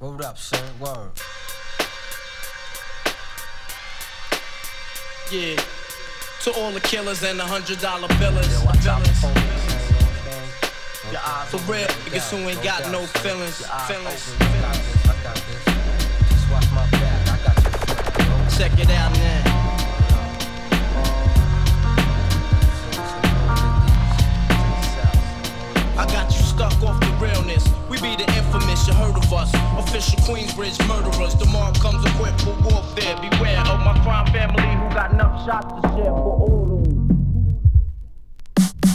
Word up, sir. Word. Yeah. To all the killers and the hundred dollar billers. Yo, I drop the Billers. phone, you know what I'm saying? Your eyes For real, niggas who ain't got no feelings. Feelings. Check it out now. I got you stuck off the realness. We be the infamous, you heard of us. Official Queensbridge murderers. Tomorrow comes equipped for warfare. Beware of my crime family who got enough shots to share for all of you.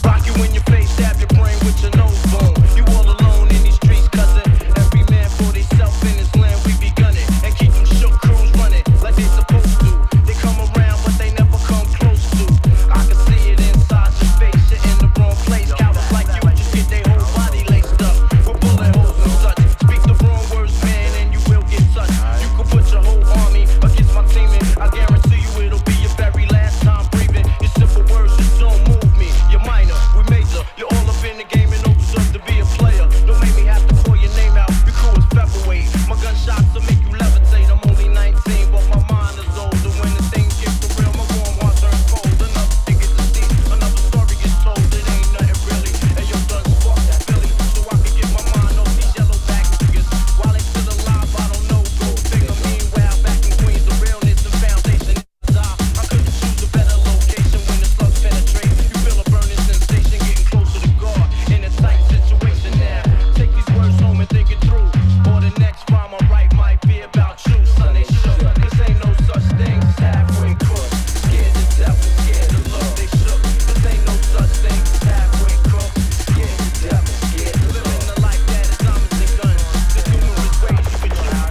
Rock you in your face, stab your brain with your nose bone. You all alone in these streets, cousin. Every man for theyself in his land, we be gunning. And keep them shook crews running like they supposed to. They come around, but they never come close to. I can see it inside your face, you're in the wrong place. Cowards like you just get their whole body laced up with bullet holes and such. Speak the wrong words, man, and you will get touched. You can put your whole army against my team, and I guarantee you it'll be your very last time breathing. Your simple words just don't move me. You're minor, we major. You're all up in the game and don't deserve to be a player. Don't make me have to call your name out. Your crew is featherweight. My gunshots will make you levitate. I'm only 19, but my mind is old. And when the things get for real, my warm heart turns cold. Another thing is deceit. Another story is told. It ain't nothing really. And your done spark that Philly. So I can get my mind off these yellow back niggas. While they still alive, I don't know. Go figure. Meanwhile, back in Queens, the realness and foundation is I. I couldn't choose a better location when the slugs penetrate. You feel a burning sensation getting closer to God. In a tight situation now. Take these words home and think it through. Or the next rhyme I write might be about you, son. They shook. Cause ain't no such thing as halfway crook. Scared to death and scared to love. They shook. Cause ain't no such thing as halfway crook. Scared to death and scared to love. Living a life that is diamonds and guns. There's numerous ways you can choose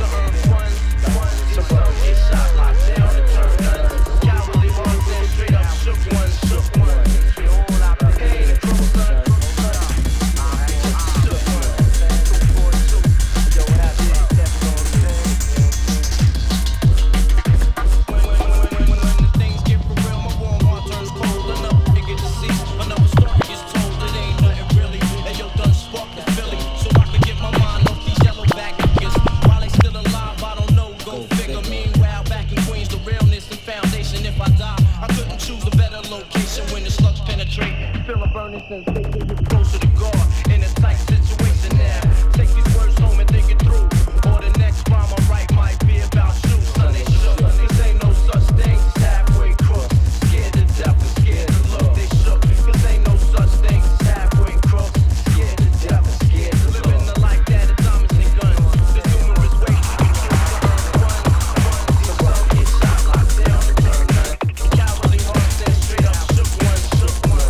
to earn funds. Funds and some get shot, locked down, and turn guns. Cowardly ones and straight up shook ones. Shook ones. Ain't a crook, son. Shook ones. Feel a burning sensation, you're closer to God in a tight situation now. Take these words home and think it through. Or the next rhyme I write might be about you, son. They shook. This ain't no such thing as halfway crook. Scared to death and scared to love. They shook. Cause ain't no such thing as halfway crook. Scared to death and scared to love. Living a life that is diamonds and guns. There's numerous ways you can choose to earn funds. Funds and some get shot, locked down, and turn guns. Cowardly hearts and straight up shook ones, shook ones.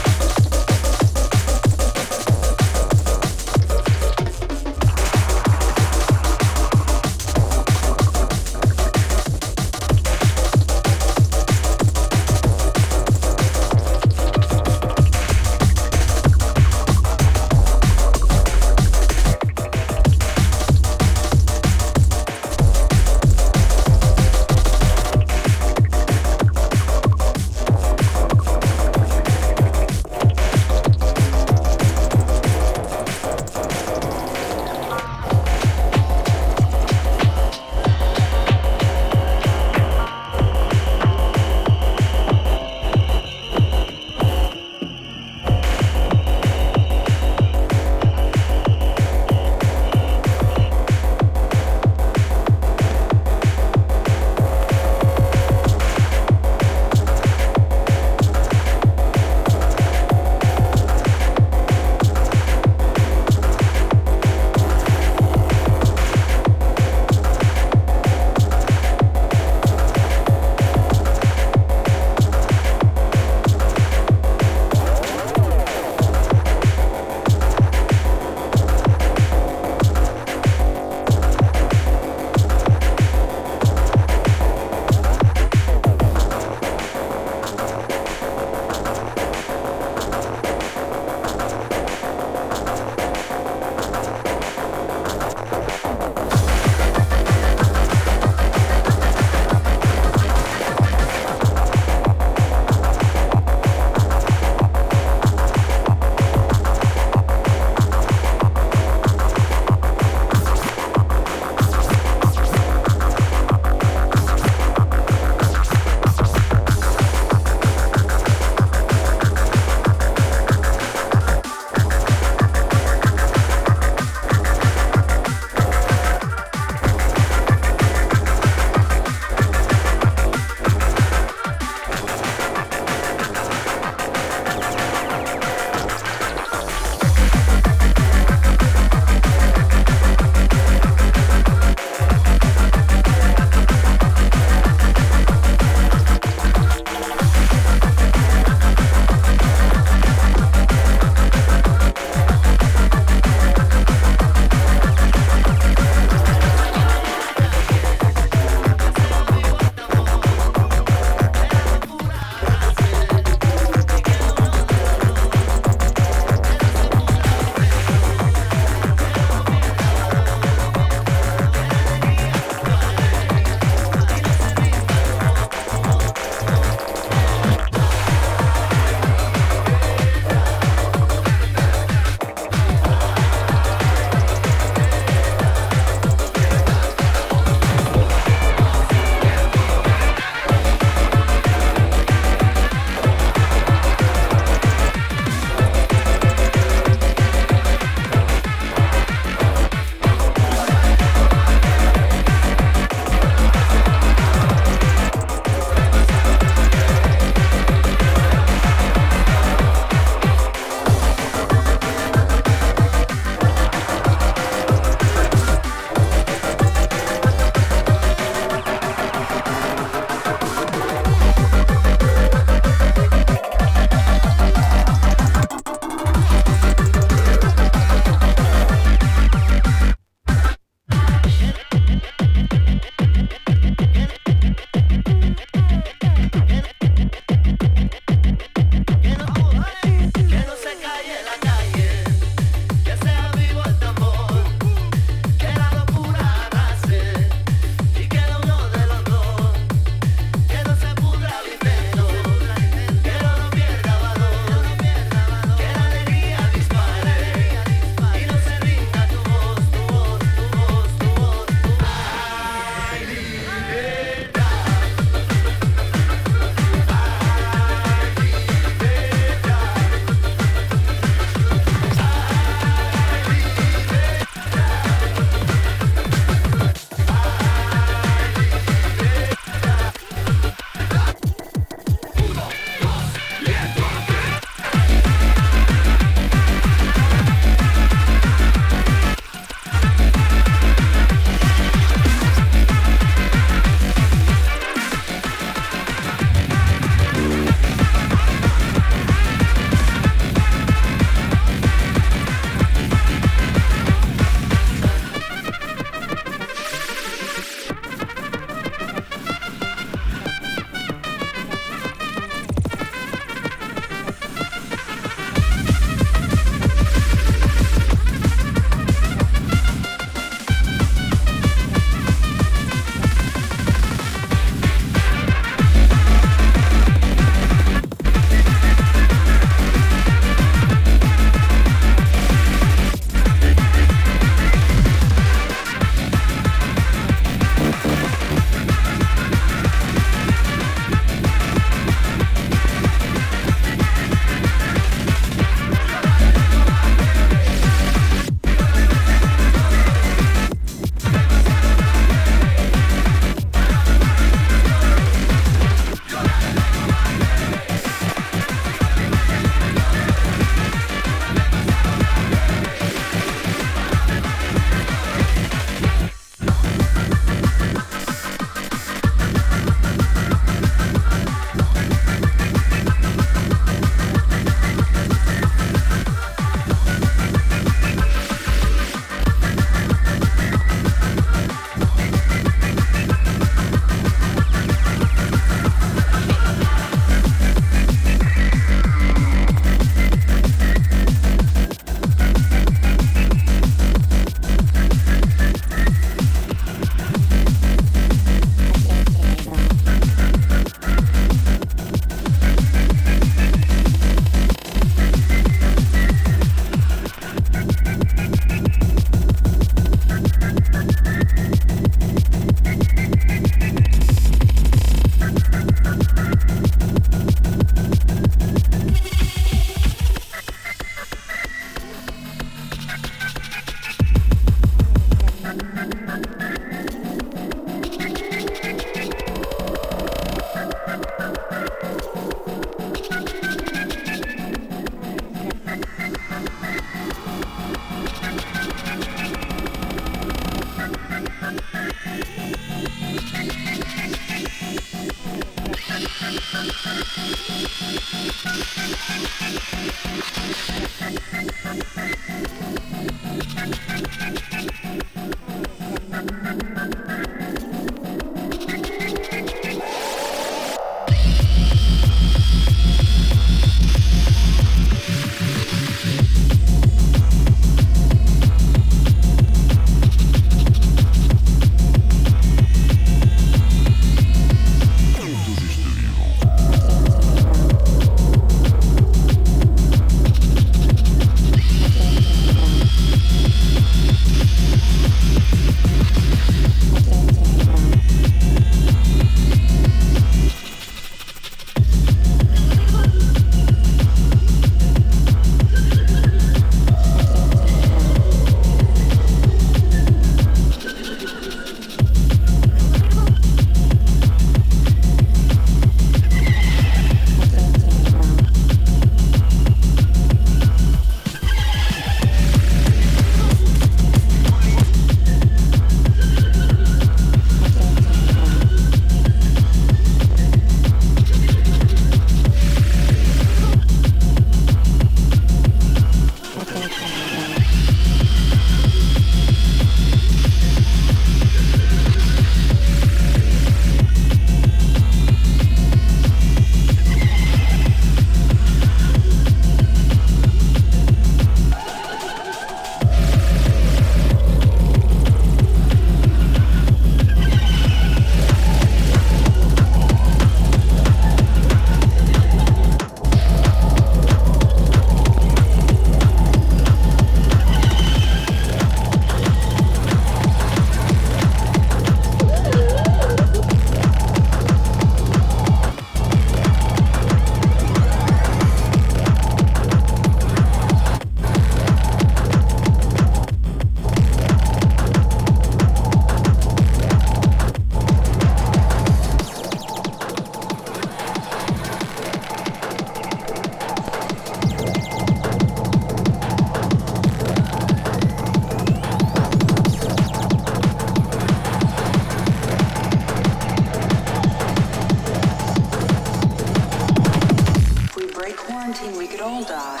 If we break quarantine, we could all die.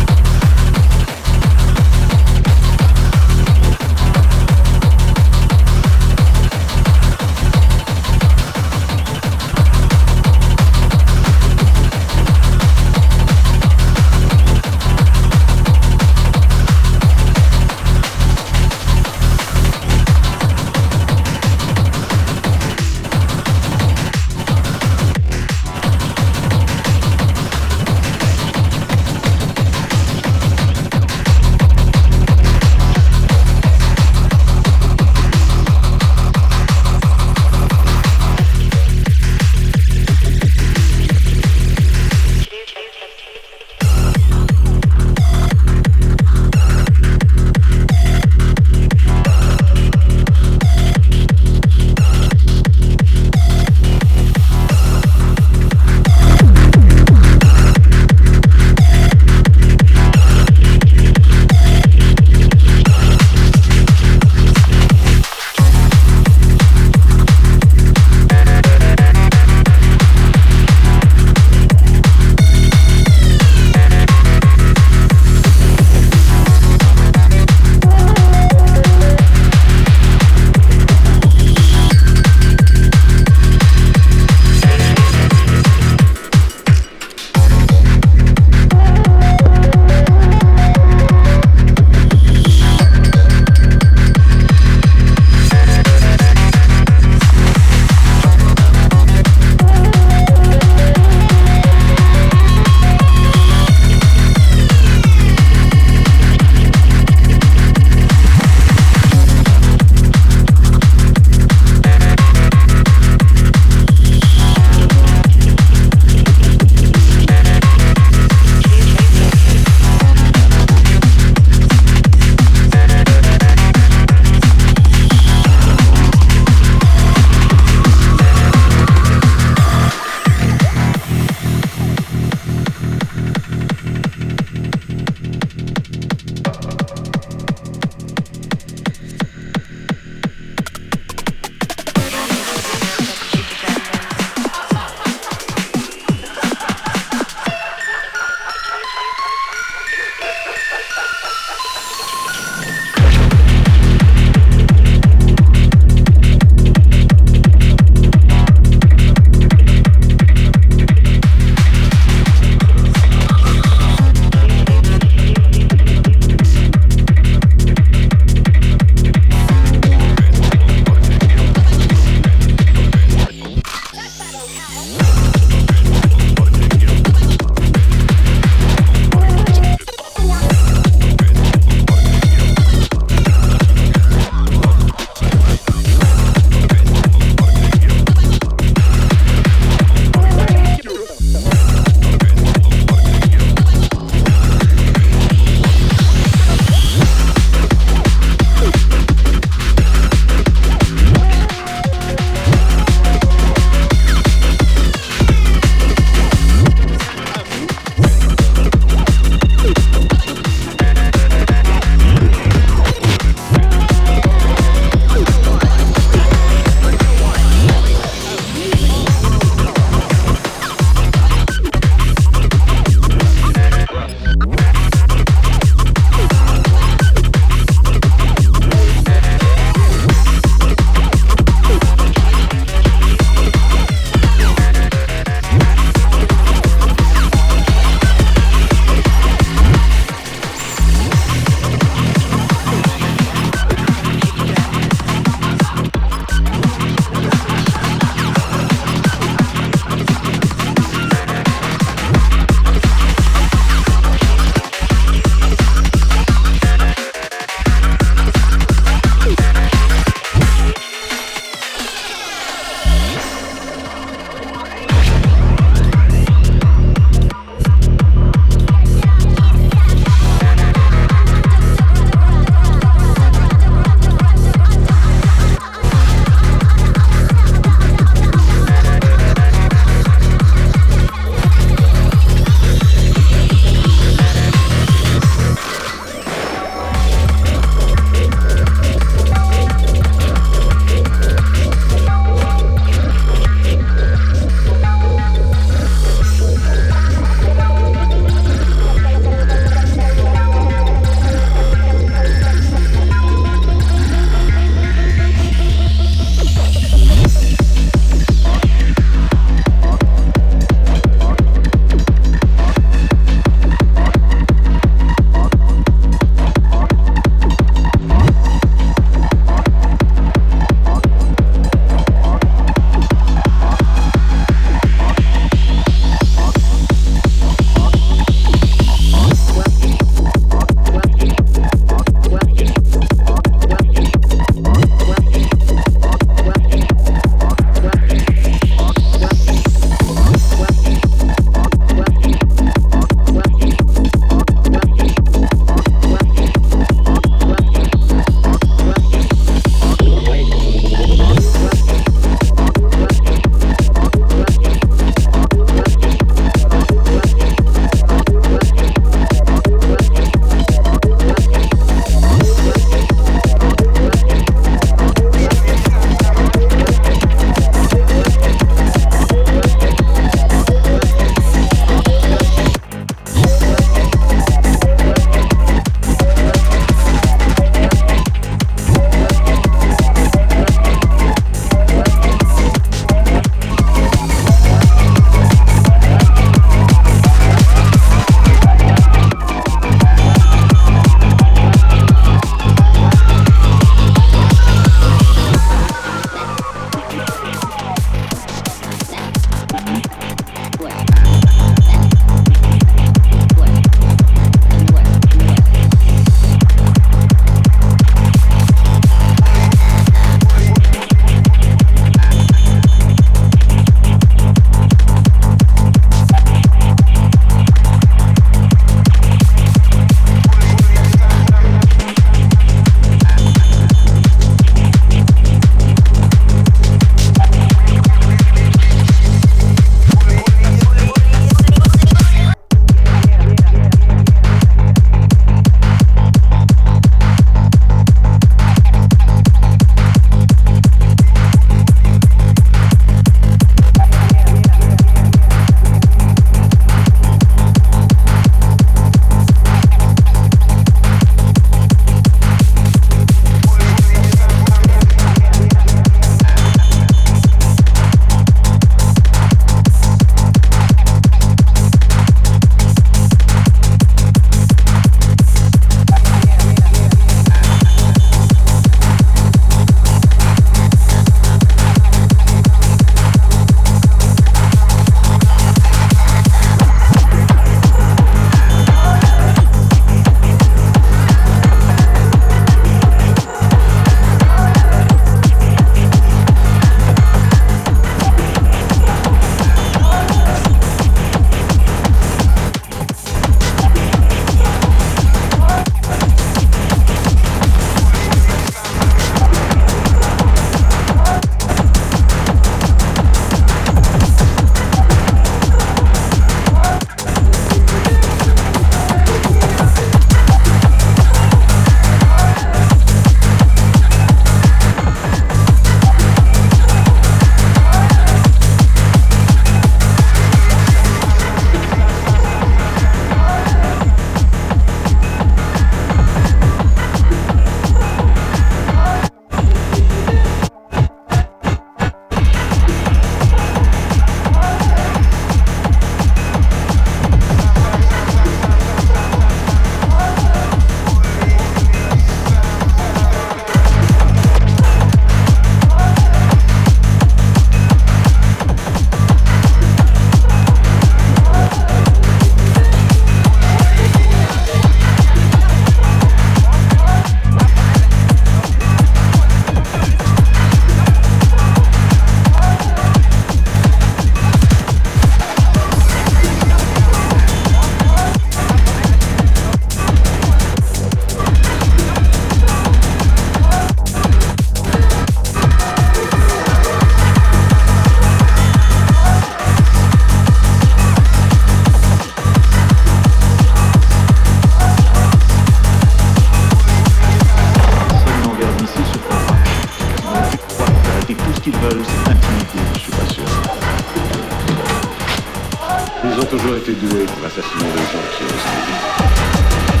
Ils ont toujours été doués pour l'assassinat de gens qui restent vivants.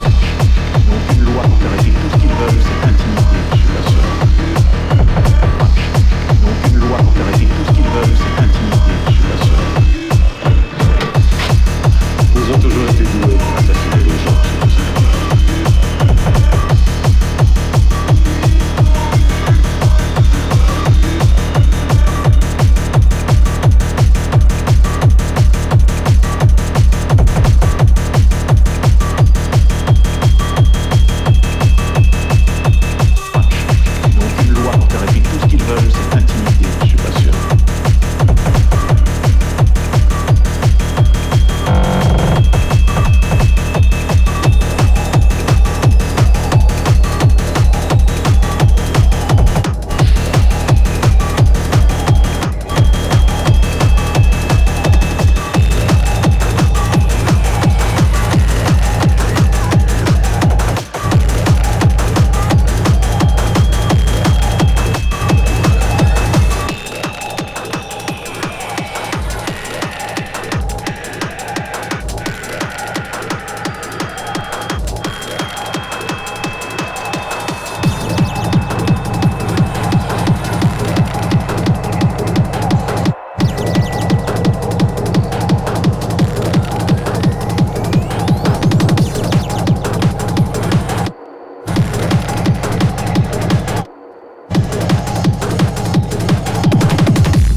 n'ont qu'une loi pour faire effet. Tout ce qu'ils veulent, c'est intimider, je l'assure. Ils n'ont qu'une loi pour faire effet. Tout ce qu'ils veulent, c'est intimider, je l'assure. Ils ont toujours été doués pour assassiner les gens, je l'assure. Ils n'ont qu'une loi pour faire effet. Tout ce qu'ils veulent, c'est intimider, je suis pas sûr.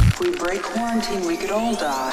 If we break quarantine, we could all die.